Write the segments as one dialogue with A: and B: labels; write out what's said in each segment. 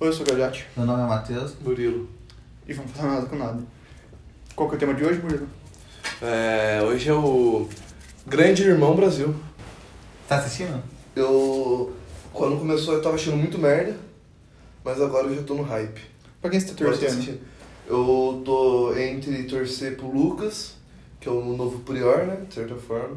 A: Oi, eu sou o Gadiati,
B: Meu nome é Matheus.
C: Murilo.
A: e vamos fazer nada com nada. Qual que é o tema de hoje, Murilo?
C: É, hoje é o Grande Irmão Brasil.
B: Tá assistindo?
C: Eu, quando começou, eu tava achando muito merda, mas agora eu já tô no hype.
A: Pra quem você tá
C: Agora eu tô
A: torcendo?
C: assistindo. Eu tô entre torcer pro Lucas, que é o novo prior, né, de certa forma,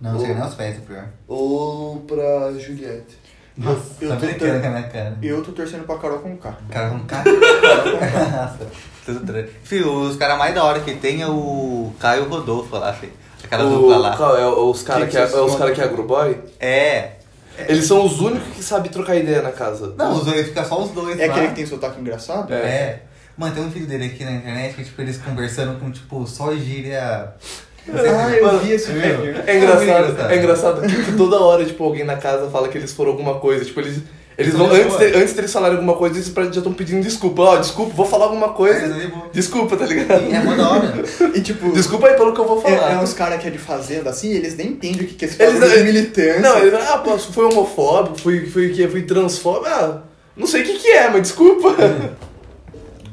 B: Não,
C: Ô.
B: chega nem aos pés, é pior.
C: ou pra Juliette.
B: Nossa,
A: eu
B: tá
A: tô
B: brincando
A: tendo-
B: com a minha cara.
A: Eu tô torcendo pra Carol com K.
B: Cara com cara. Nossa, tudo trans. Filho, os caras mais da hora que tem é o Caio Rodolfo lá, filho. Aquela dupla lá.
C: Qual é, os cara
A: Que
C: que,
A: que
C: é,
A: vocês
C: é os
A: falam?
C: cara que é agroboy?
B: É.
C: Eles são os únicos que sabem trocar ideia na casa.
B: Não, os dois, fica só os dois
A: É
B: lá.
A: aquele que tem sotaque engraçado?
B: É. Mano, tem um vídeo dele aqui na internet que, tipo, eles conversando com, tipo, só gíria...
A: Ah, eu vi esse
B: Meu.
A: vídeo.
C: É engraçado, é engraçado que, que toda hora, tipo, alguém na casa fala que eles foram alguma coisa. Tipo, eles. Eles vão, antes, de, antes deles falarem alguma coisa, eles pra- já estão pedindo desculpa. Ó, desculpa, vou falar alguma coisa. Desculpa, tá ligado?
B: É mó da hora.
A: E tipo,
C: Desculpa aí pelo que eu vou
A: é,
C: falar.
A: é uns caras que é de fazenda assim, eles nem entendem o que que é esse
C: Eles
A: bagulho de
C: não-
A: militância.
C: Não, eles falam, ah, pô, fui homofóbico, fui, fui, fui, fui transfóbico. Ah, não sei o que, que é, mas desculpa.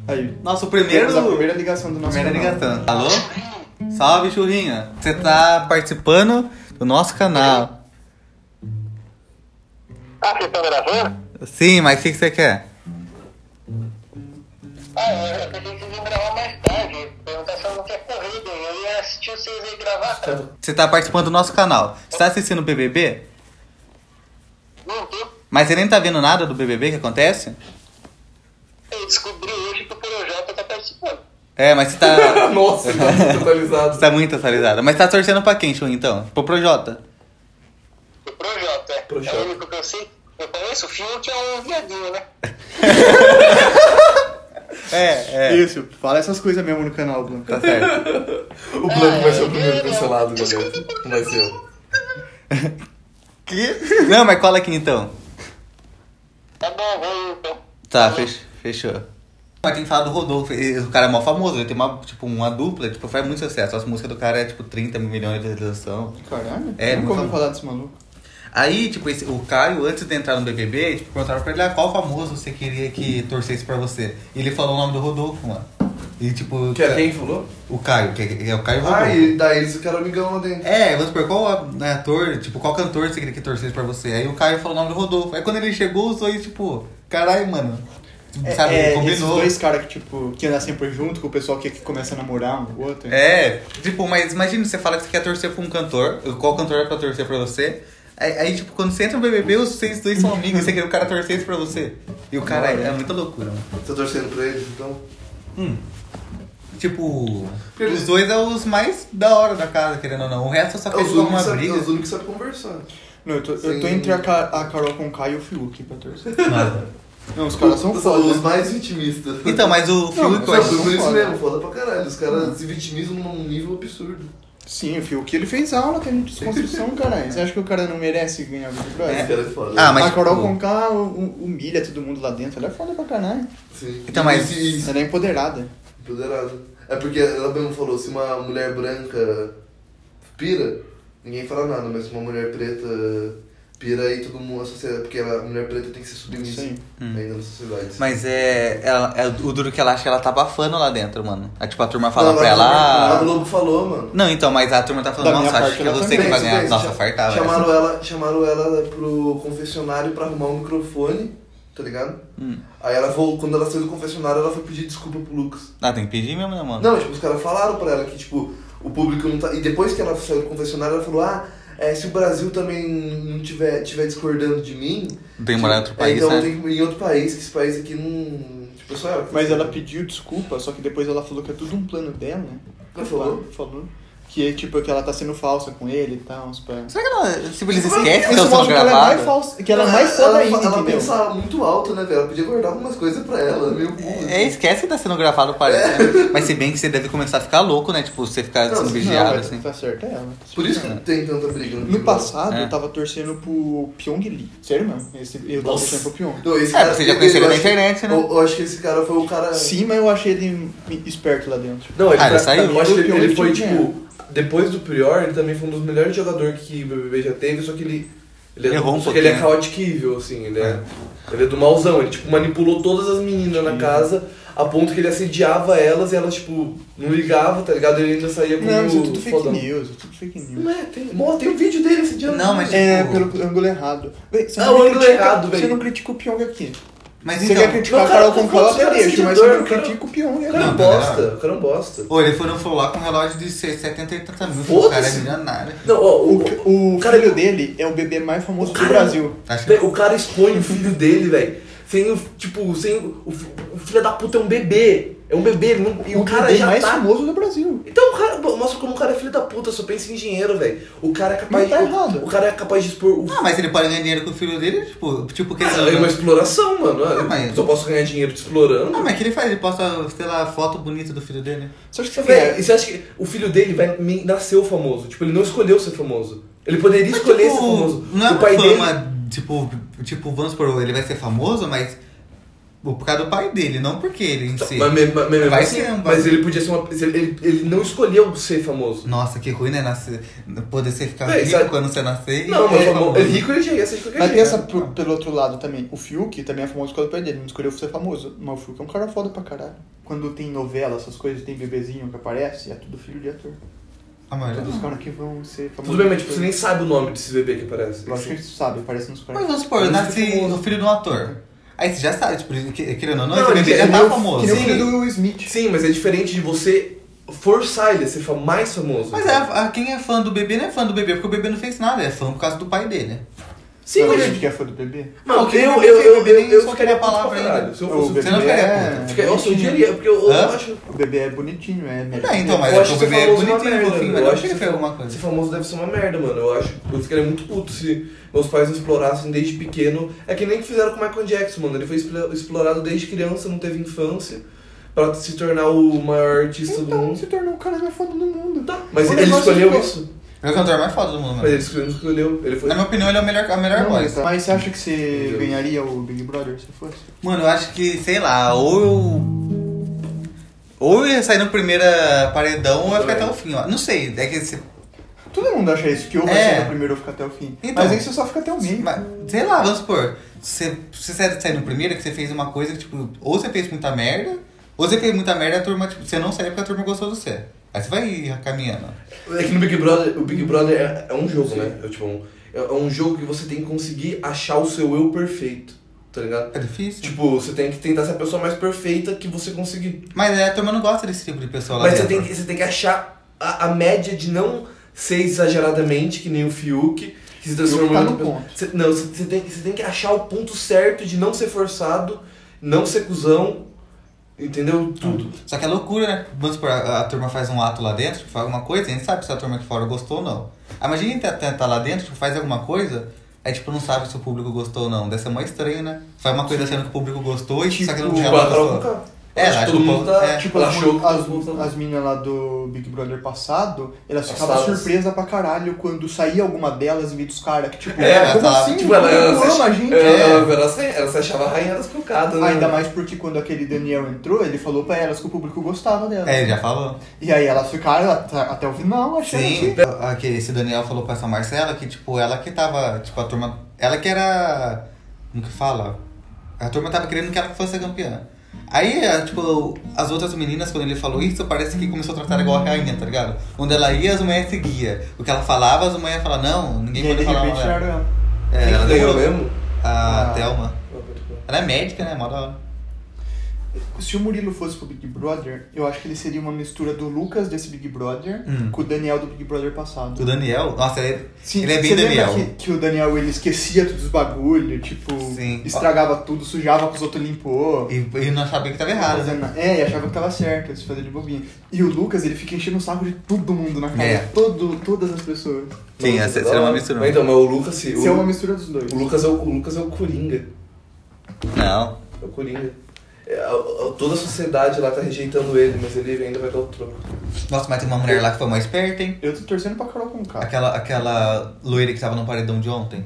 A: Aí,
B: Nossa, o
A: temos
B: primeiro...
A: a primeira ligação do nosso
B: Primeira
A: canal.
B: ligação. Alô? Salve, churrinha. Você tá participando do nosso canal.
D: Ah, vocês estão gravando?
B: Sim, mas o que, que você quer?
D: Ah, eu eu pensei que vocês iam gravar mais tarde. Perguntar se eu não quer corrida. Eu ia assistir vocês aí gravar.
C: É.
B: Você tá participando do nosso canal. Você tá assistindo o BBB?
D: Não tô.
B: Mas você nem tá vendo nada do BBB que acontece?
D: Eu descobri hoje que o Projota tá participando.
B: É, mas você tá...
C: Nossa, tá muito
B: Você
C: totalizado.
B: tá muito atualizada. Mas tá torcendo pra quem, Churrinha, então? Pro Projota?
D: O Projota. é.
C: Projota.
D: É o único que eu sei. Eu conheço o filme que é um viadinho, né?
B: É, é.
A: Isso, fala essas coisas mesmo no canal, Blanca.
B: Tá certo.
C: O Blanco vai ser o primeiro cancelado, galera. Não vai ser eu.
B: Que? Não, mas cola aqui então.
D: Tá bom, vou então.
B: Tá, fech- fechou. Mas tem que falar do Rodolfo, ele- o cara é mó famoso, ele tem uma, tipo, uma dupla, tipo, faz muito sucesso. As músicas do cara é tipo 30 milhões de visualização.
A: Caralho,
B: É,
A: nunca ouvi
B: muito-
A: falar desse maluco.
B: Aí, tipo, esse- o Caio, antes de entrar no BBB, tipo, perguntaram pra ele, ah, qual famoso você queria que torcesse pra você? E ele falou o nome do Rodolfo, mano. E tipo,
C: Que é quem falou?
B: o Caio, que é, é o Caio Rodolfo.
C: Ah, e daí eles ficaram amigão lá dentro.
B: É, vamos supor, qual a- né, ator, tipo, qual cantor você queria que torcesse pra você? Aí o Caio falou o nome do Rodolfo. Aí quando ele chegou, os dois, tipo, caralho, mano. Tipo, Sabe,
A: é, esses
B: combinou.
A: dois caras que, tipo, que andam sempre junto com o pessoal que, que começa a namorar um com o outro.
B: É, tipo, mas imagina, você fala que você quer torcer pra um cantor, qual cantor é pra torcer pra você? Aí, aí, tipo, quando você entra no BBB, os seis dois são amigos, você quer que o cara torcesse pra você. E o cara, é, é muita loucura, mano.
C: Tá torcendo pra eles, então?
B: Tipo,
C: Porque
B: os dois é os mais da hora da casa, querendo ou não. O resto só
C: É os
B: quer
C: únicos
B: uma
C: que sabem- é
B: briga.
C: os únicos que sabem conversar.
A: Não, eu tô, eu tô
C: Sim.
A: entre a, Ca- a Carol com K e o Fiuk pra torcer.
B: Nada.
A: Não, os caras são
C: Os-
A: foda.
C: Os
A: né?
C: mais vitimistas.
B: Então, mas o
A: mas
B: Fiuk, eu
A: é
B: acho.
A: tudo
C: Por isso
A: foda.
C: mesmo, foda pra caralho. Os caras se vitimizam num nível absurdo.
A: Sim, o Fiuk, ele fez aula tem desconstrução, caralho. Você acha que o cara não merece ganhar Big Brother?
C: Esse cara é foda.
B: Ah, mas,
A: a Carol
B: tipo-
A: Conká hu- humilha todo mundo lá dentro. Ela é foda pra caralho.
C: Sim.
B: Então, mas-
C: E- e-
A: Ela é empoderada.
C: e- Empoderado. É porque ela mesmo falou, se uma mulher branca pira, ninguém fala nada, mas se uma mulher preta pira aí todo mundo, a sociedade, porque ela- a mulher preta tem que ser submissa
A: Sim.
C: ainda na sociedade.
B: Hum. Mas é, ela, é. O duro que ela acha que ela tá abafando lá dentro, mano. É tipo, a turma fala
C: Não,
B: pra
C: mas um
B: ela. "Ah."
C: A Globo falou, mano.
B: Não, então, mas a turma tá falando,
A: Da minha
B: nossa, acho
A: parte,
B: que é
A: ela
B: você que
A: também,
B: vai
C: Pensa,
B: ganhar.
C: pensa,
B: Nossa,
C: cha-
B: fartava.
C: Chamaram ela, chamaram ela pro confessionário pra arrumar um microfone, tá ligado?
B: Hum.
C: Aí ela voltou, quando ela saiu do confessionário, ela foi pedir desculpa pro Lucas.
B: Ah, tem que pedir mesmo, né, mano?
C: Não, tipo, os caras falaram pra ela que, tipo, o público não tá. E depois que ela saiu do confessionário, ela falou, ah. é, se o Brasil também não tiver, tiver discordando de mim.
B: Tem que morar em outro país,
C: é, então
B: né?
C: tem que ir em outro país, que esse país aqui não. Tipo, é só ela. que
A: Mas
C: tá
A: ela pediu desculpa, só que depois ela falou que é tudo um plano dela.
C: Ela falou?
A: Falou. Que é tipo que ela tá sendo falsa com ele e tal. uns pá.
B: Será que ela. Tipo, eles esquecem que
A: Isso
B: elas são
A: mostra que ela é mais
B: gravadas?
A: falsa. Que ela é mais foda ainda,
C: Ela
A: entendeu?
C: pensa muito alto, né, velho? Ela podia guardar algumas coisas pra ela, meio burro.
B: É, esquece que tá sendo gravado, parece. né? Mas se bem que você deve começar a ficar louco, né? Tipo, você ficar
C: Não,
B: sendo
C: não,
B: vigiado,
A: mas
B: assim.
A: Tá certo, é ela.
C: Por isso que tem tanta briga no Big
A: No
C: Brother.
A: passado,
B: É.
A: eu tava torcendo pro Pyong Lee. Sério mesmo? Esse, eu tava
C: Nossa.
A: torcendo pro Pyong.
C: Não, Então, esse
B: É, você já conheceu ele
C: eu
B: na
C: acho que-
B: internet, né?
C: Eu, eu acho que esse cara foi o cara.
A: Sim, mas eu achei ele esperto lá dentro.
C: Não,
B: Ah, ele
C: pra-
B: saiu?
C: Eu acho que ele,
A: Ele
C: ele foi,
A: tinha
C: tipo, depois do Prior, ele também foi um dos melhores jogadores que o BBB já teve, só que ele Ele é do-
B: Errou um
C: só que ele é
B: pouquinho, né?
C: chaotic evil, assim, ele é, ele é do mauzão. Ele, tipo, manipulou todas as meninas na casa a ponto que ele assediava elas e elas, tipo, não ligavam, tá ligado? Ele ainda saía com
A: Não,
C: o
A: isso é tudo fake
C: fodão.
A: news, isso é tudo fake news.
C: Não é, tem, mó, tem um vídeo dele assediando.
B: Não, mas tipo.
A: É, pelo ângulo errado. Véi, você
C: Ah,
A: não
C: então- o ângulo
A: critica-
C: errado,
A: Você
C: véi.
A: não critica o Pyong aqui.
B: Mas
A: Você
B: então.
A: quer criticar
C: Não,
A: o
C: cara, tá
A: Carol com
C: eu
A: cola, eu
C: considero
A: deixo, mas
C: assediador,
A: você não
C: cara.
A: critica o Pyong
C: O cara é
A: aqui.
B: Não,
C: um
B: não é
C: bosta,
B: nada.
C: o cara é um bosta.
B: Ô, ele foi no Flow lá com um relógio de 70 e 30 mil. O cara é
C: Foda-se.
B: milionário.
C: Não, ó,
A: O, o,
C: cara-
A: filho dele é o bebê mais famoso
C: O
A: do
C: cara-
A: Brasil.
B: Acho
C: Véi,
B: que.
C: O cara expõe o filho dele, velho. Sem o. Tipo, sem. O, o fi- o filho da puta é um bebê. É um bebê. ele não- e o,
A: o
C: cara
A: bebê
C: já
A: mais
C: tá.
A: famoso do Brasil.
C: Então o cara. pô, Mostra como o cara é filho da puta, só pensa em dinheiro, velho. O cara é capaz
A: Mas tá
C: o-
A: errado.
C: O cara é capaz de expor o.
B: Ah, mas ele pode ganhar dinheiro com o filho dele, tipo, tipo que
C: Ah, é
B: ele.
C: uma exploração, mano. Ah,
B: Ah, mas-
C: eu Só posso ganhar dinheiro te explorando.
B: Ah, mas o que ele faz? Ele posta, sei lá, foto bonita do filho dele.
A: Você acha que é você
B: é.
C: Véi, e você acha que o filho dele vai me- nasceu famoso? Tipo, ele não escolheu ser famoso. Ele poderia
B: Mas,
C: escolher
B: tipo,
C: ser famoso.
B: Não é
C: o pai
B: fama,
C: dele.
B: tipo, tipo, vamos supor, ele vai ser famoso, mas por causa do pai dele, não porque ele em si.
C: Mas, me- mas, mas,
B: assim. Vai
C: mas,
B: ser um
C: mas
B: bagulho.
C: ele podia ser uma. Ele, ele não escolheu ser famoso.
B: Nossa, que ruim, né? Nascer, poder ser ficar
C: É,
B: rico
C: sabe-
B: quando você nascer. e
C: Não, mas
B: ser
C: famoso.
B: famoso.
C: É rico ele já ia ser de qualquer
A: Mas tem
C: jeito.
A: essa pro- pelo outro lado também. O Fiuk também é famoso por causa do pai dele. Não escolheu ser famoso. Mas o Fiuk é um cara foda pra caralho. Quando tem novela, essas coisas, tem bebezinho que aparece, é tudo filho de ator. É.
B: Ah, mas-
A: Todos os caras que vão ser famosos.
C: Tudo bem, mas tipo, você nem sabe o nome desse bebê que aparece.
A: Lógico que você sabe, aparece nos
B: Mas
A: caras.
B: vamos supor, eu
C: Mas
B: nasci
C: famoso.
B: o filho de um ator. Aí você já sabe, tipo, que- querendo ou não,
C: Não,
B: esse bebê
C: ele
B: já
A: Que
B: tá
A: nem o-
B: famoso.
A: Que nem o
C: Sim.
A: filho do Will Smith.
C: Sim, mas é diferente de você forçar ele a ser fa- mais famoso.
B: Mas é, a- quem é fã do bebê não é fã do bebê, porque o bebê não fez nada, é fã por causa do pai dele.
C: Sim,
A: Sabe
C: mas. um
A: a gente que é fã do bebê?
C: Não,
B: quem
C: eu,
B: não
C: eu,
B: fez
C: eu,
B: bebê
C: eu,
B: nem
C: eu
B: só tem
C: ficaria
B: a
C: palavra
B: palavra ainda.
C: é caralho. Se eu
A: O
C: fosse
A: bebê
B: não
A: é...
B: ficaria puto.
C: Fica, nossa, eu odiaria, porque eu, eu
B: Hã?
C: acho.
A: O bebê é bonitinho, é.
B: Não, então, mas
C: eu
B: é
C: acho
B: que o
C: ser
B: bebê é
C: famoso uma
B: bonitinho,
C: merda,
B: fofinho,
C: eu
B: mas eu
C: acho
B: acho que ele
C: ser
B: fez
C: fa-
B: alguma coisa.
C: Ser famoso deve ser uma merda, mano. Eu acho. Eu ficaria muito puto se meus pais me explorassem desde pequeno. É que nem que fizeram com o Michael Jackson, mano. Ele foi explo- explorado desde criança, não teve infância. Pra se tornar o maior artista do
A: Então
C: mundo.
A: se tornou o cara mais foda do mundo.
B: Então,
C: Tá, mas
A: O
C: ele
A: negócio
C: escolheu
A: ficou-
C: isso.
B: Ele é o cantor mais foda do mundo,
C: Mas ele
B: mano.
C: escolheu, escolheu. Ele foi.
B: Na minha opinião, ele é o melhor, a melhor
A: Não,
B: voz.
A: mas- mas você acha que você
C: Entendeu?
A: ganharia o Big Brother se fosse?
B: Mano, eu acho que, sei lá, ou eu. Ou eu ia sair no primeiro paredão ou ia ficar até o fim, ó. Não sei, é que se-
A: Todo mundo acha isso, que eu vou
B: É.
A: ser o primeiro a ficar até o fim.
B: Então.
A: mas aí você só fica até o meio.
B: mas, sei lá, vamos supor, se se você sair no primeiro, é que você fez uma coisa que, tipo, ou você fez muita merda, ou você fez muita merda e a turma, tipo, você não saiu porque a turma gostou de você. Aí você vai caminhando.
C: É que no Big Brother, o Big Brother é, é um jogo, né? É, tipo, um, é é um jogo que você tem que conseguir achar o seu eu perfeito, tá ligado?
B: É difícil.
C: Tipo, você tem que tentar ser a pessoa mais perfeita que você conseguir.
B: Mas é, a turma não gosta desse tipo de pessoa lá
C: Mas você
B: dentro.
C: tem, que- você tem que achar a, a média de não ser exageradamente, que nem o Fiuk, que se transformou
A: tá
C: em outra
A: no
C: pessoa.
A: ponto.
C: Você- não, você, você tem, você tem que achar o ponto certo de não ser forçado, não ser cuzão, entendeu? Tudo.
B: Só que é loucura, né? Vamos supor, a, a turma faz um ato lá dentro, tipo, faz alguma coisa, a gente sabe se a turma aqui fora gostou ou não. Aí Imagina a gente tá- tá lá dentro, tipo, faz alguma coisa, aí tipo, não sabe se o público gostou ou não. Deve ser mó estranho, né? Faz uma coisa sendo que o público gostou e só que não
A: Tipo,
B: tinha
C: Tipo, a Carol
B: gostou.
C: Conká.
B: É,
C: Acho que
B: acho
C: todo
B: que o
C: mundo
B: povo-
C: tá.
B: é.
A: Tipo,
C: ela
A: as,
C: achou que todo mundo
A: as,
C: tava-
A: as meninas lá do Big Brother passado, elas
C: As
A: ficavam
C: salas.
A: surpresas pra caralho quando saía alguma delas em vez dos caras. Que tipo,
B: É,
A: "Ah, como
B: ela-
A: assim?
C: Tipo,
A: Todo
C: ela, ela,
A: mundo
C: se
A: ama a
C: ach-
A: gente.
C: ela,
A: É.
C: ela, ela se- ela se achava a rainha das cocadas, né?
A: Ainda mais porque quando aquele Daniel entrou, ele falou pra elas que o público gostava dela.
B: É, ele já falou.
A: E aí elas ficaram até, até o final achando
B: Sim.
A: que... assim.
B: Aqui, esse Daniel falou pra essa Marcela que, tipo, ela que tava, tipo, a turma. Ela que era. Como que fala? A turma tava querendo que ela fosse a campeã. Aí, é, tipo, as outras meninas, quando ele falou isso, parece que começou a tratar ela igual a rainha, tá ligado? Onde ela ia, as mulheres seguia. O que ela falava, as mulheres falavam, não, ninguém
A: E aí,
B: pode
A: de
B: falar
A: repente,
B: mal
A: tiraram
B: dela."
A: ela.
B: É, ela
C: ganhou
B: demorou.
C: mesmo?
B: A
A: Ah.
B: Thelma. Ela é médica, né? Mó da hora.
A: Se o Murilo fosse pro Big Brother, eu acho que ele seria uma mistura do Lucas desse Big Brother
B: Hum.
A: com o Daniel do Big Brother passado.
B: O Daniel, nossa, ele,
A: Sim,
B: ele
A: você
B: é bem
A: lembra
B: Daniel.
A: Que, que o Daniel ele esquecia todos os bagulho, tipo,
B: Sim.
A: estragava tudo, sujava que os outros limpou.
B: E, e não sabia que tava errado, né?
A: fazendo- É, e achava que tava certo, se fazer de bobinho. E o Lucas, ele fica enchendo o saco de todo mundo na casa,
B: É.
A: todo, todas as pessoas.
B: Sim, é,
C: Nossa,
B: essa
C: da
B: será uma
C: hora.
B: mistura.
C: Mas então, mas o Lucas, se,
A: Isso é
C: o,
A: uma mistura dos dois.
C: o Lucas é o, o Lucas é o Coringa.
B: Não.
C: É o Coringa. É, a- a- toda a sociedade lá tá rejeitando ele, mas ele ainda vai dar o troco.
B: Nossa, mas tem uma mulher lá que foi mais esperta, hein?
A: Eu tô torcendo pra Carol com K.
B: Aquela, aquela loira que tava no paredão de ontem.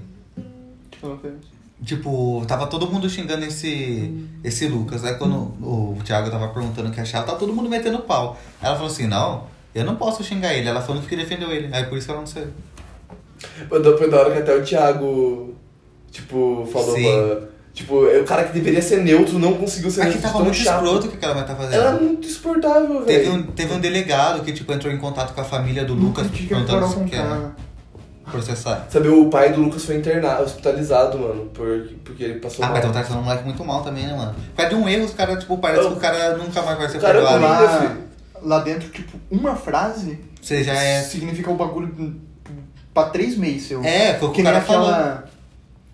B: Tipo, tava todo mundo xingando esse, esse Lucas. Aí quando o Thiago tava perguntando o que achava, tava todo mundo metendo pau. Ela falou assim, não, eu não posso xingar ele. Ela falou que defendeu ele. Aí por isso que ela não saiu.
C: Foi da foi da hora que até o Thiago, tipo, falou
B: Sim.
C: pra... Tipo, é o cara que deveria ser neutro não conseguiu ser
B: Aqui
C: neutro,
B: tava
C: tão
B: muito
C: chato.
B: escroto o que aquela mulher tá fazendo.
C: Ela é muito insuportável,
B: Teve
C: velho.
B: um, teve um delegado que, tipo, entrou em contato com a família do Lucas
A: Critica a
B: perguntando
A: é Carol
B: se quer
A: Conká.
B: processar.
C: Sabe, o pai do Lucas foi internado, hospitalizado, mano, por, porque ele passou
B: Ah,
C: mal.
B: mas então tá sendo um moleque muito mal também, né, mano? Por causa de um erro, os caras, tipo, parece
C: Eu-
B: que o cara nunca mais vai ser
C: O cara é
B: perdoado.
C: um
A: Lá,
C: Ainda, filho.
A: lá dentro, tipo, uma frase
B: Você já é.
A: significa o bagulho pra três meses, seu.
B: É, foi o que
A: que
B: o
A: nem
B: cara falou.
A: aquela.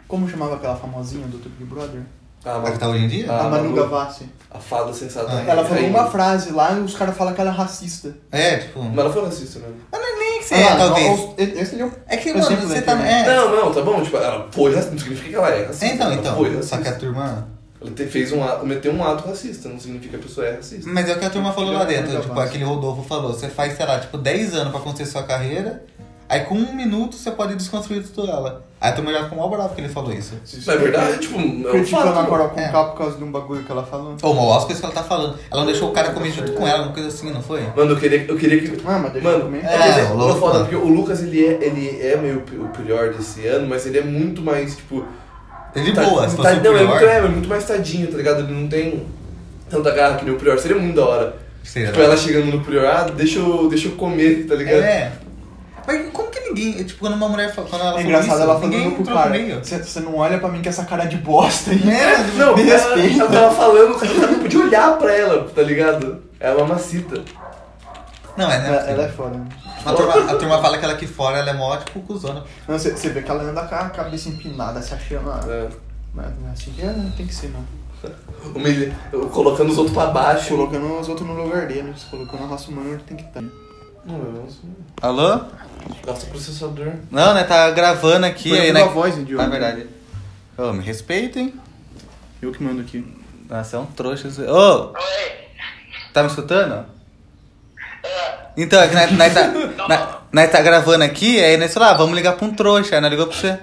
A: Como chamava aquela famosinha do outro Big Brother?
C: Ah,
B: A que
C: mas
B: tá hoje em dia?
C: Ah,
A: a Manu
C: Manu.
A: Gavassi.
C: a fada sensata. é
B: Ah,
A: Ela falou
C: Aí,
A: uma frase lá e os caras falam que ela é racista.
B: É, tipo.
C: Mas ela foi racista né? mesmo.
B: Nem que
A: Ah,
B: é, talvez.
A: ó, ó, Esse é o.
B: É que,
A: Eu
B: mano,
A: sempre
B: você
A: lembro,
B: tá.
A: né?
B: É.
C: Não, não, tá bom, tipo, ela foi racista, não significa que ela é racista.
B: Então,
C: ela Foi
B: então.
C: racista.
B: Só que a turma.
C: Ela te- fez um ato, cometeu um ato racista, não significa que a pessoa é racista.
B: Mas é o que a turma falou lá dentro,
A: Nunca
B: tipo,
A: mais.
B: aquele Rodolfo falou, você faz, sei lá, tipo, 10 anos pra construir sua carreira, aí com um minuto você pode desconstruir tudo ela. Aí a turma já ficou mal brava porque ele falou isso.
C: Mas é verdade, tipo, é um
A: Criticando a
C: fato.
A: Carol
B: É.
A: Conká por causa de um bagulho que ela falou.
B: Ou mal, as coisas que ela tá falando. Ela não deixou o cara comer junto com ela, uma coisa assim, não foi?
C: Mano, eu queria, eu queria que...
A: Ah, mas deixa eu
C: Mano,
A: comentar.
B: É,
C: é, é
B: o louco,
C: foda,
B: mano.
C: porque o Lucas, ele é, ele é meio pi- o pior desse ano, mas ele é muito mais, tipo...
B: Ele
C: tá-
B: boa, se
C: tá-
B: fosse o
C: Não, é muito,
B: pior,
C: é, é muito mais tadinho, tá ligado? Ele não tem tanta garra que nem o Prior. Seria muito da hora.
B: seria.
C: Tipo, ela chegando no Prior, ah, deixa eu, deixa eu comer, tá ligado?
B: É. Mas como que ninguém, tipo, quando uma mulher, fala- quando ela
A: É
B: falou
A: engraçado
B: isso,
A: ela
B: ninguém
A: falando pro
B: entrou no
A: cara.
B: meio.
A: Você você não olha pra mim com essa cara de bosta aí.
B: É,
C: Não,
A: Me
C: ela,
A: respeita.
C: ela tava falando, o cara não podia olhar pra ela, tá ligado? É uma macita.
B: Não, é, né?
A: Ela, ela é foda. né?
B: a, turma, a turma fala que ela aqui fora, ela é mó, tipo, cuzona.
A: Não, você, você vê que ela anda com a cabeça empinada, se achando. ah,
C: É.
A: Mas mas assim, é, não tem que ser, não.
C: Humilha, colocando os outros pra baixo.
A: Colocando os outros no lugar deles, colocando a raça humana onde tem que tá. estar.
C: Não, meu, nossa.
B: Alô?
C: Nossa, processador.
B: Não, né? Tá gravando aqui.
A: Foi eu
B: aí,
A: que
B: né?
A: dou a voz, idiota.
B: Na verdade. Ô, me respeitem.
A: Eu que mando aqui.
B: Ah, você é um trouxa. você- Ô,
D: Oi.
B: tá me escutando?
D: É,
B: Então, é que nós, nós tá, nós- nós tá gravando aqui, aí nós falamos, ah, vamos ligar pra um trouxa. Aí nós ligou pra você.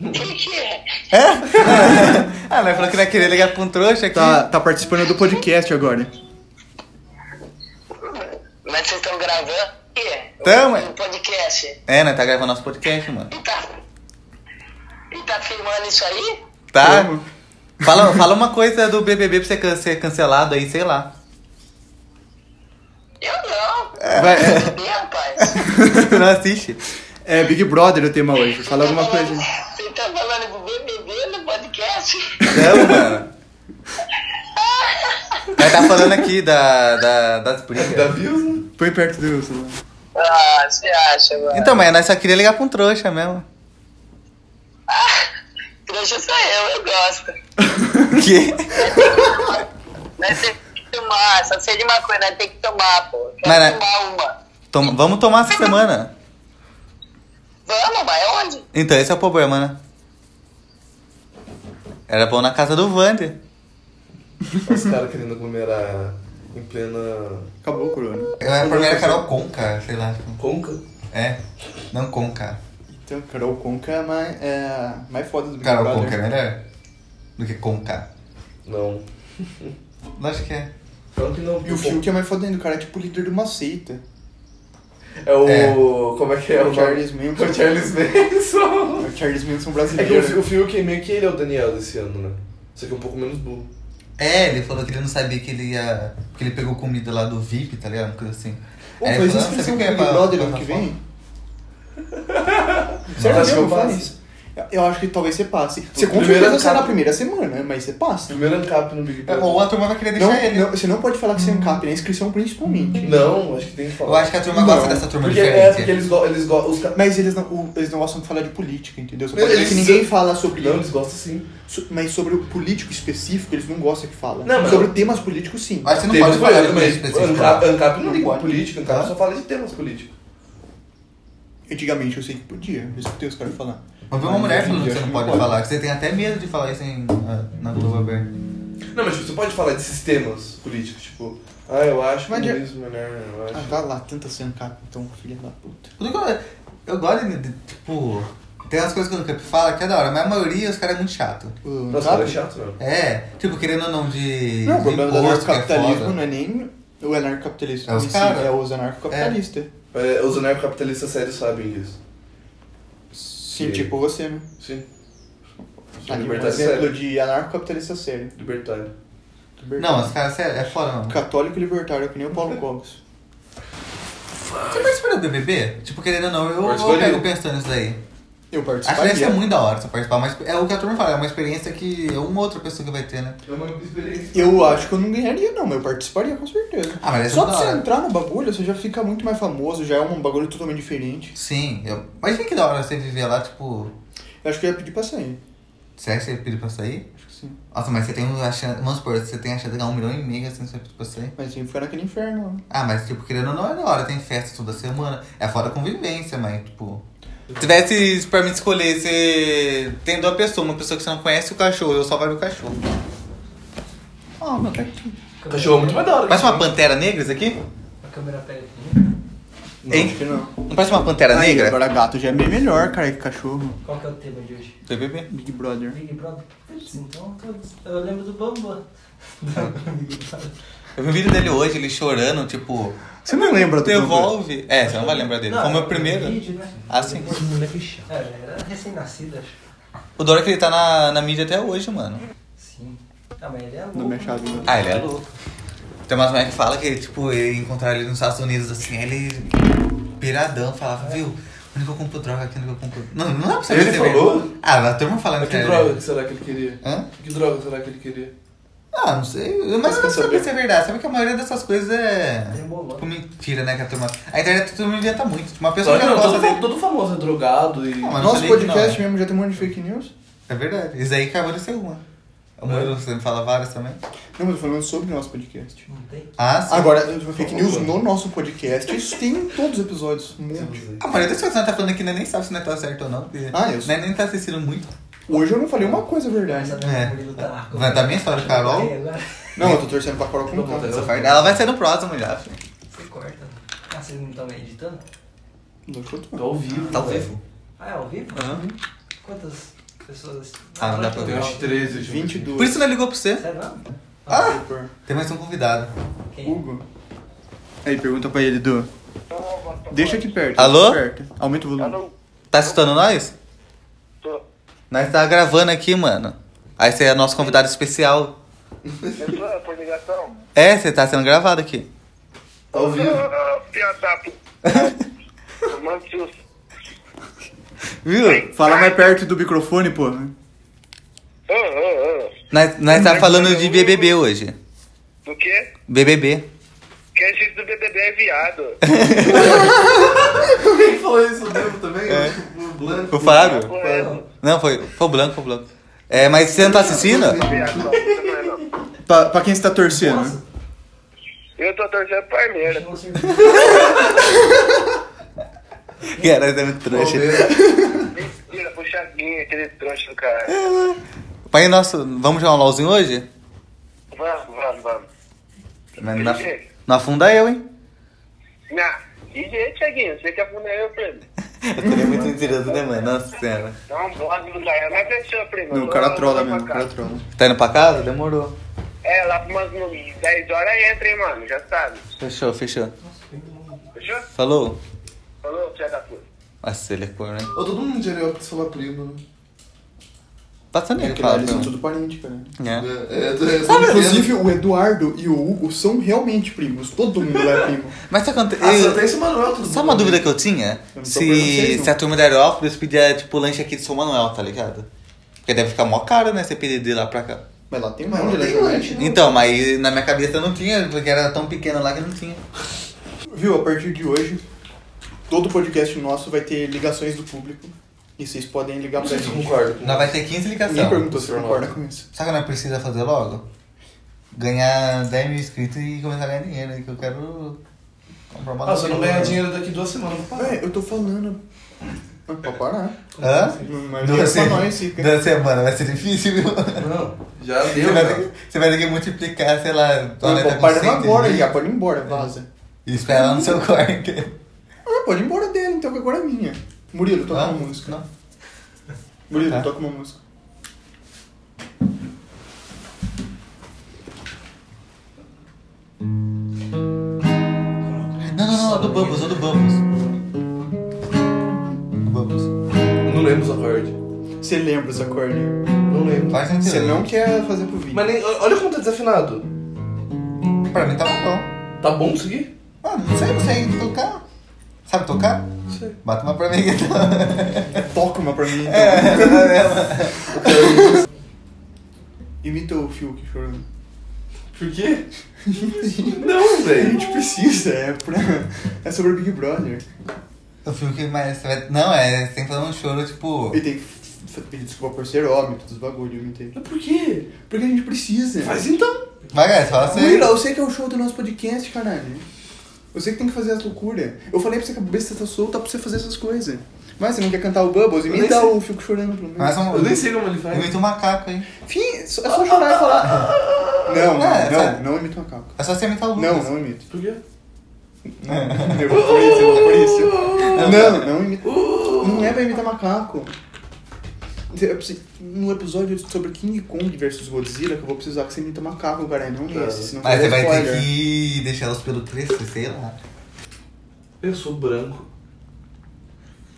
D: quem que é?
B: É? ah, nós falou que nós queria ligar pra um trouxa aqui.
A: Tá, tá participando do podcast agora.
D: Mas vocês estão gravando? Quem é?
B: Tamo.
D: O podcast.
B: É, nós tá gravando nosso podcast, mano.
D: E tá... E tá filmando isso aí?
B: Tá?
A: Tamo.
B: Fala, fala uma coisa do BBB pra você can- ser cancelado aí, sei lá.
D: Eu não.
A: Vai, é,
D: Ih, rapaz.
B: Não assiste.
A: é Big Brother o tema hoje. Fala alguma coisa. aí.
D: Você tá falando do BBB no podcast?
B: Não, mano. Nós tá falando aqui da, da, das brigas.
C: Da views, né?
A: Põe perto do celular.
D: Ah, você acha, mano?
B: Então, mas nós só queria ligar pra um trouxa mesmo.
D: Trouxa sou eu, eu gosto.
B: Que?
D: Nós temos que tomar, só sei de uma coisa, nós temos que tomar, pô. Quero
B: Mas, né?
A: é-
D: tomar uma.
B: Toma- vamos tomar essa semana.
D: Vamos, vai onde?
B: Então, esse é o problema, né? Era bom na casa do Vander.
C: Os caras querendo aglomerar em plena.
A: Acabou o corona.
B: Eu, pra É, mim era Carol Conca, sei lá.
C: Conca?
B: É, não Conca.
A: Então, Carol Conca é mais, é mais foda do Big
B: Carol
A: Brother.
B: Conca é melhor do que Conca.
C: Não.
B: Lógico que é.
C: Claro que não.
A: E o Fiuk é mais foda ainda. O cara é tipo líder de uma seita.
C: É o.
B: É.
C: Como é que é?
A: O
C: nome?
A: Charles Manson. É
C: O Charles Manson.
A: O Charles Manson
C: É que o, Fi-
A: brasileiro.
C: o Fiuk é meio que ele é o Daniel desse ano, né? Só que é um pouco menos burro.
B: É, ele falou que ele não sabia que ele ia. que ele pegou comida lá do VIP, tá ligado? Uma coisa assim.
A: Pô,
B: Aí ele
A: faz
B: falou, "Ah,
A: inscrição
B: sabia
A: pro
B: que
A: Big
B: é pra-
A: Brother
B: pra
A: ano que
B: plataforma?"
A: vem? Sério
C: Acho que
A: mesmo,
C: eu
A: faz
C: passo.
A: isso. Eu acho que talvez você passe. Você com
C: primeiro
A: certeza sai
C: cara-
A: na primeira semana, né? mas você passa.
C: Primeiro ancap no Big
B: É,
C: Brother.
B: Ou a turma vai querer
A: Não,
B: deixar ele.
A: não, você não pode falar que você é um cap, na inscrição principalmente.
C: Não, acho que tem que falar.
B: Eu acho que a turma gosta
A: Não,
B: dessa turma
C: Porque é, porque
B: diferente.
C: eles gostam. Eles go os ca-
A: Mas eles não, o- eles não gostam de falar de política, entendeu? Você pode ver
C: Eles-
A: que ninguém fala sobre
C: Não, eles gostam sim.
A: so- mas sobre o político específico, eles não gostam que fala.
C: Não, mas-
A: sobre temas políticos, sim.
B: Mas você não
C: Temas
B: pode falar de
C: políticos,
B: coisa
C: mas
B: específica.
C: Ancap, ancap não
A: Não
C: liga
A: pode.
C: política, Ancap
B: Tá.
C: só fala de temas políticos.
A: Antigamente eu sei que podia, eu escutei os caras falar.
B: Mas viu uma mulher falando que você não
A: Não
B: pode
A: pode.
B: falar, que você tem até medo de falar isso em, na na Globo aberta.
C: Não, mas tipo, você pode falar de sistemas políticos, tipo, ah, eu acho que o
A: Mas de-
C: comunismo melhor, eu
A: Ah,
C: acho.
A: vai lá, tenta ser um cap, então, filha da puta.
B: Tudo que eu, eu gosto de, de- tipo, tem umas coisas que o Camp fala que é da hora, mas a maioria os caras é muito chato.
A: O
C: Nossa,
A: Ancap-
C: cara, é chato mesmo.
B: É, tipo, querendo ou não de.
A: Não, o
B: de
A: problema do
B: imposto, que é
A: anarcocapitalismo
B: foda.
A: não é nem o anarcocapitalista.
B: É os
A: em si,
B: cara.
A: É os anarcocapitalistas.
C: É, os anarcocapitalistas sérios sabem disso.
A: Sim,
C: Que-
A: tipo você, né?
C: Sim.
A: Ah, um
C: libertário
A: exemplo
C: sério.
A: de anarcocapitalista sério.
C: Libertário.
B: Não, mas cara, sério, é foda, mano.
A: Católico e libertário, que nem o Paulo Cogos.
B: Você participa do BBB? Tipo, querendo ou não, eu, eu
C: Participaria.
B: pego pensando nisso daí.
A: Eu
B: Acho que deve
A: participaria.
B: ser muito da hora você participar, mas é o que a turma fala, é uma experiência que é uma outra pessoa que vai ter, né?
C: É uma experiência.
A: Eu acho que eu não ganharia, não, mas eu participaria com certeza.
B: Ah, mas é
A: Só
B: da
A: pra você
B: hora.
A: entrar no bagulho, você já fica muito mais famoso, já é um bagulho totalmente diferente.
B: Sim, eu... imagina que da hora você viver lá, tipo.
A: Eu acho que eu ia pedir pra sair.
B: Será que você pediu pra sair?
A: Acho que sim.
B: Nossa, mas você tem a chance. Vamos supor, você tem a chance de ganhar um milhão e meio assim, você pedir pra sair.
A: Mas tem que ficar naquele inferno. né?
B: Ah, mas tipo, querendo ou não é da hora, tem festa toda semana. É fora da convivência, mas tipo. Se tivesse pra mim escolher, você tem duas pessoas, uma pessoa que você não conhece e o cachorro, eu salvaria o cachorro.
A: Ah,
B: Ó, meu
A: tá
B: cachorro.
C: Cachorro é muito mais da hora.
B: Parece uma pantera negra isso aqui?
E: A câmera pega aqui.
A: Não,
B: Hein?
A: acho que não.
B: Não parece uma pantera
A: Aí,
B: negra?
A: Agora gato já é bem melhor, cara, que cachorro.
E: Qual que é o tema de hoje?
B: BBB.
A: Big Brother.
E: Big Brother? Putz, então todos. Eu lembro do Bambam. Do Big Brother.
B: Eu vi um vídeo dele hoje, ele chorando, tipo,
A: Você não lembra do
B: devolve. É, você não vai lembrar dele.
E: Não,
B: Foi o meu
E: era
B: primeiro.
E: Vídeo, né?
B: Ah, sim.
E: Depois, moleque chato. Era, É, era recém-nascido, acho.
B: O Dora que ele tá na, na mídia até hoje, mano.
E: Sim. Ah, mas ele é louco.
A: Não me achava.
E: né?
B: Ah, ele é louco. Tem umas mulheres que falam que, tipo, ele encontraram ele nos Estados Unidos, assim, aí ele piradão, falava, viu, onde que eu compro droga aqui, onde que eu compro... Não, não dá pra saber
C: Ele
B: se é
C: falou?
B: verdade. Ah, a turma falando
C: Mas
B: que
C: que
B: era
C: droga
B: ele.
C: que será que É, ele queria?
A: É.
B: Hã?
C: Que droga será que ele queria?
B: Ah, não sei, mas não dá pra saber
A: saber.
B: se é verdade. Sabe que a maioria dessas coisas é...
E: É bolão.
B: Tipo, mentira, né, que a turma... A internet a turma inventa muito. Tipo, Uma pessoa
C: Só
B: que
C: que
B: não
C: não,
B: gosta...
C: todo,
B: tem-
C: todo famoso é drogado e.
B: Não, mas-
A: Nosso
B: Eu falei que
A: podcast
B: não.
A: mesmo já tem um monte de fake news.
B: É verdade. Isso aí acabou de ser uma. O
C: É.
B: Murilo, você me fala várias também?
A: Não, mas eu tô falando sobre o nosso podcast.
E: Não tem?
B: Ah, sim.
A: Agora, fake news no nosso podcast, isso tem em todos os episódios. Um monte.
B: A maioria das pessoas tá falando que nem sabe se não tá certo ou não. porque
A: Ah, eu sei.
B: Nem, nem tá assistindo muito.
A: Hoje eu não falei uma coisa verdade.
E: Sabe
B: É.
E: o Murilo tá lá.
B: Vai dar minha história, Carol?
E: É, agora
A: Não, eu tô torcendo pra Coral com
C: Não,
A: K.
B: Essa parte- Ela vai ser no próximo já, filho.
E: Você corta. Ah, vocês não estão editando?
A: Não tô
C: Tô
A: torcendo.
C: ao vivo.
B: Tá ao
C: velho.
B: vivo.
E: Ah, é ao vivo?
B: Aham.
E: Quantas pessoas...
B: Ah, não dá pra
C: Tem
B: ver.
C: uns 13, deixa eu ver.
A: 22.
B: Por isso não ligou pra você.
E: Sério, não?
B: Ah!
A: Super.
B: Tem mais um convidado.
E: Quem?
A: Hugo. Aí, pergunta pra ele, Du. Deixa aqui perto.
B: Alô?
A: Aqui perto. Aumenta o volume.
D: Alô?
B: Tá escutando nós?
D: Tô.
B: Nós tá gravando aqui, mano. Aí você é nosso convidado especial.
D: Eu tô é por ligação.
B: É, você tá sendo gravado aqui.
C: Tá ao vivo.
D: Ah, Filha da p- Mano, tio,
B: Viu?
A: Fala mais perto do microfone, pô.
D: ah, ah, ah.
B: Nós, nós tá falando de BBB hoje.
D: Do quê?
B: BBB.
D: Quem assiste do BBB é viado.
C: Quem falou isso mesmo também?
A: É.
C: O Blanco.
B: O Fábio?
D: Viado.
B: Não, foi, foi o Blanco, foi o Blanco. É, mas você não tá assistindo?
D: não, você não é não.
A: Pra, pra quem você tá torcendo?
E: Nossa,
D: Eu tô torcendo Palmeiras.
E: chegou o serviço.
B: Caralho, tá muito trouxa.
D: Mentira, puxadinha, aquele trouxa do cara.
B: Pai nosso, vamos jogar um LOLzinho hoje?
D: Vamos, vamos, vamos.
B: Mas na,
A: é.
B: na afunda eu, hein?
D: Não, de jeito, Thiaguinho, você que afunda eu, primo. Então, um
B: Eu também muito mentiroso, né, mano? Nossa senhora.
D: Não, bora, não dá. Mas fechou, primo.
A: Não, o cara trola mesmo, o cara trola.
B: Tá indo pra casa? Demorou.
D: É, lá por umas no- 10 horas entra, hein, mano, já sabe.
B: Fechou, fechou.
E: um
D: Fechou?
B: Falou?
D: Falou, filha da puta.
B: Nossa, ele é cor, né?
C: Ô, todo mundo geral quis falar primo, né?
B: Passa
A: É
B: nele,
A: que lá
B: fala. então.
A: eles são
B: pra
A: tudo parente, cara.
B: mim. É.
C: É, é, é,
A: Inclusive, o Eduardo e o Hugo são realmente primos. Todo mundo lá é primo.
B: Mas só, quando,
C: Ah, só
B: eu,
C: tem esse Manuel tudo
B: só uma dúvida que eu tinha:
A: né? Eu não tô perdendo
B: se,
A: vocês, não.
B: se a turma da Aerópolis pedia, tipo, lanche aqui de São Manuel, tá ligado? Porque deve ficar mó caro, né? Você pedir de lá pra cá.
A: Mas lá tem um
C: Mas
A: monte de
C: não tem
A: lanchonete.
C: lanche,
B: Então, mas na minha cabeça não tinha, porque era tão pequeno lá que não tinha. Então-
A: Viu, a partir de hoje, todo podcast nosso vai ter ligações do público. E vocês podem ligar
C: Não
A: pra
C: sei se eu
A: gente.
C: concordo. com
B: Nós vai
C: isso.
B: ter 15
A: Ninguém
B: ligações.
A: perguntou se
C: Normal.
A: concorda com isso.
B: Sabe o que nós precisa fazer logo? Ganhar 10 mil inscritos e começar a ganhar dinheiro, aí que eu quero comprar uma
C: Ah, se eu não
B: lâmpada.
C: ganhar dinheiro daqui duas semanas, eu vou parar.
A: Ué, eu tô falando. Ah, Pra parar.
B: Hã?
A: Mas
B: Duas,
A: é pra
B: se-
A: nós, fica.
B: duas semanas vai ser difícil, viu?
C: Não, já
B: Você
C: deu,
B: vai,
C: cara.
B: ter, que- você vai ter que multiplicar, sei lá,
A: Não,
B: com
A: Para
B: 100
A: agora
B: mil
A: já, pode ir embora, vaza.
B: E esperar no seu quarto.
A: Ah, pode ir embora dele, então que agora é minha. Murilo, toca uma música.
B: Não.
A: Murilo,
B: Tá.
A: toca uma música.
B: é Não, não, não, a do Bambus, a do Bambus.
A: você lembra dessa corner.
C: Não lembro.
B: Faz um sentido.
A: Você não quer fazer pro vídeo.
C: Mas nem, olha como tá desafinado.
B: Pra mim tava bom.
C: Tá bom seguir?
B: Ah, não sei, não sei tocar. Sabe tocar?
C: Não sei.
B: Bate uma pra mim então.
A: É, Toca uma pra mim. Então. é Imita o Fiuk chorando.
C: Por quê? Não,
A: A
C: velho.
A: gente precisa, é, pra... é sobre o Big Brother.
B: Eu fico que mais. você vai- Não, é, você tem que fazer um choro, tipo.
A: E tem que f- pedir desculpa por ser homem, todos os bagulho, eu imitei.
C: Mas por quê?
A: Porque a gente precisa.
C: Faz então.
B: Vai, guys, fala assim.
A: Murilo, eu sei que é o show do nosso podcast, caralho. Eu sei que tem que fazer as loucuras. Eu falei pra você que a cabeça tá solta pra você fazer essas coisas. Mas você não quer cantar o Bubbles?
C: Eu
A: Imita
C: nem sei.
A: o Fico Chorando pelo menos.
B: Mas um,
C: Eu nem sei como ele faz.
B: Imita um macaco, hein?
A: Enfim, é só é só chorar e falar. Não,
B: É,
A: não,
B: sabe?
A: não, não imita uma capa.
B: É só você imitar o Lucas.
A: Não, não imita.
C: Por quê?
A: Eu vou por isso, eu vou por isso. Não, não
C: Uh,
A: imita. Não é pra imitar macaco. Eu preciso- No episódio sobre King Kong versus Godzilla, que eu vou precisar que você imita macaco, cara. Não é
C: Tá.
A: esse, senão vai
B: Mas
A: dar
B: você vai
A: spoiler.
B: ter que deixar os pelos crescer, sei lá.
C: Eu sou branco.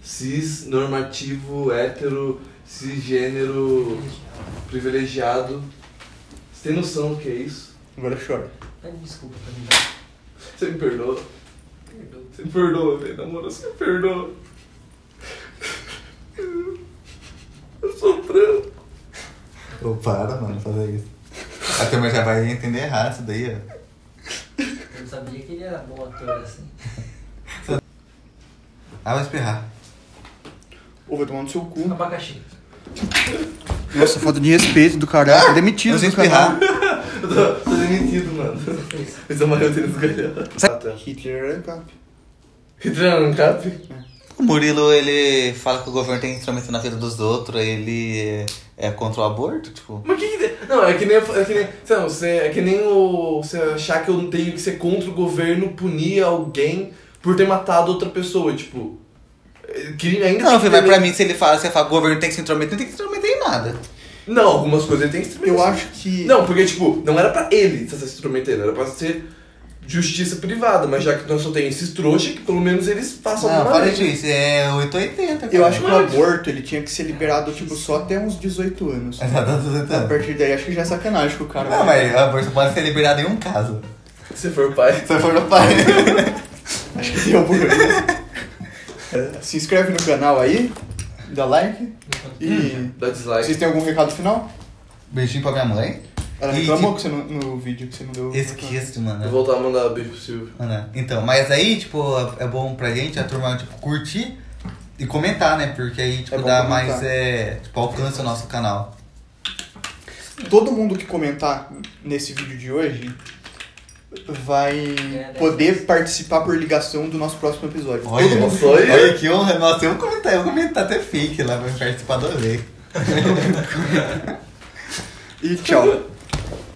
C: Cis, normativo, hétero, cisgênero, privilegiado. Você tem noção do que é isso?
A: Agora chora.
E: Ai, desculpa pra mim. né?
C: Você me perdoa?
E: Perdão.
C: Você me perdoa, velho. Na moral, você me perdoa. Eu sou branco.
B: Ô, para, mano, fazer isso. A turma já vai entender errado isso daí, ó.
E: Eu não sabia que ele era bom ator assim.
B: Ah, vai espirrar.
A: Ou vai tomar no seu cu.
E: Abacaxi.
A: Nossa, falta de respeito do caralho. Tá demitido
B: Eu sei
A: do canal.
B: espirrar.
C: Eu tô, tô demitido, mano.
E: Fez.
C: Mas amarrei o tênis galhão. Ah, tá.
A: Hitler era cap.
C: Hitler no cap?
B: O Murilo, ele fala que o governo tem que instrumento na vida dos outros, ele é, é contra o aborto, tipo.
C: Mas que que tem- Não, é que nem. É que nem, sei lá, você, é que nem o, você achar que eu não tenho que ser contra o governo punir alguém por ter matado outra pessoa, tipo. é, Crime ainda. tem
B: Não,
C: que
B: filho, mas
C: ter
B: pra
C: lei.
B: mim, se ele fala, se ele fala que o governo tem que se intrometer, não tem que se intrometer em nada.
C: Não, algumas coisas ele tem que se assim.
A: Eu acho que.
C: Não, porque, tipo, não era pra ele se se intrometendo, era pra ser justiça privada, mas já que nós só tem esses trouxas, que pelo menos eles façam
B: Não,
C: alguma
B: para
C: lei.
B: disso, isso é 880.
A: Eu acho que o
C: Mas-
A: aborto ele tinha que ser liberado, tipo, só até uns 18 anos.
B: Tá
A: A
B: que.
A: partir daí acho que já é sacanagem com o cara.
B: É. Não, mas o aborto pode ser liberado em um caso.
C: Se for pai.
B: Se for no pai.
A: Acho que deu por aí. É, Se inscreve no canal aí, dá like.
B: Hum.
A: E
C: Dá dislike.
A: vocês têm algum recado final?
B: Beijinho pra minha mãe.
A: Ela
B: E
A: reclamou
B: de-
A: que você não, no vídeo que você não deu.
B: Esquece,
C: Vou
B: mano.
C: voltar a mandar beijo pro Silvio.
B: Mano, Então, mas aí, tipo, é bom pra gente, a turma, tipo, curtir e comentar, né? Porque aí, tipo,
A: É bom
B: dá
A: comentar.
B: mais, é, tipo, alcance ao nosso canal.
A: Todo mundo que comentar nesse vídeo de hoje vai
E: É,
A: poder participar por ligação do nosso próximo episódio.
B: Olha,
A: Todo mundo
C: só eu.
B: olha que honra. Nossa, eu comentar, eu comentar até fake lá, vai participar do ver.
A: E tchau.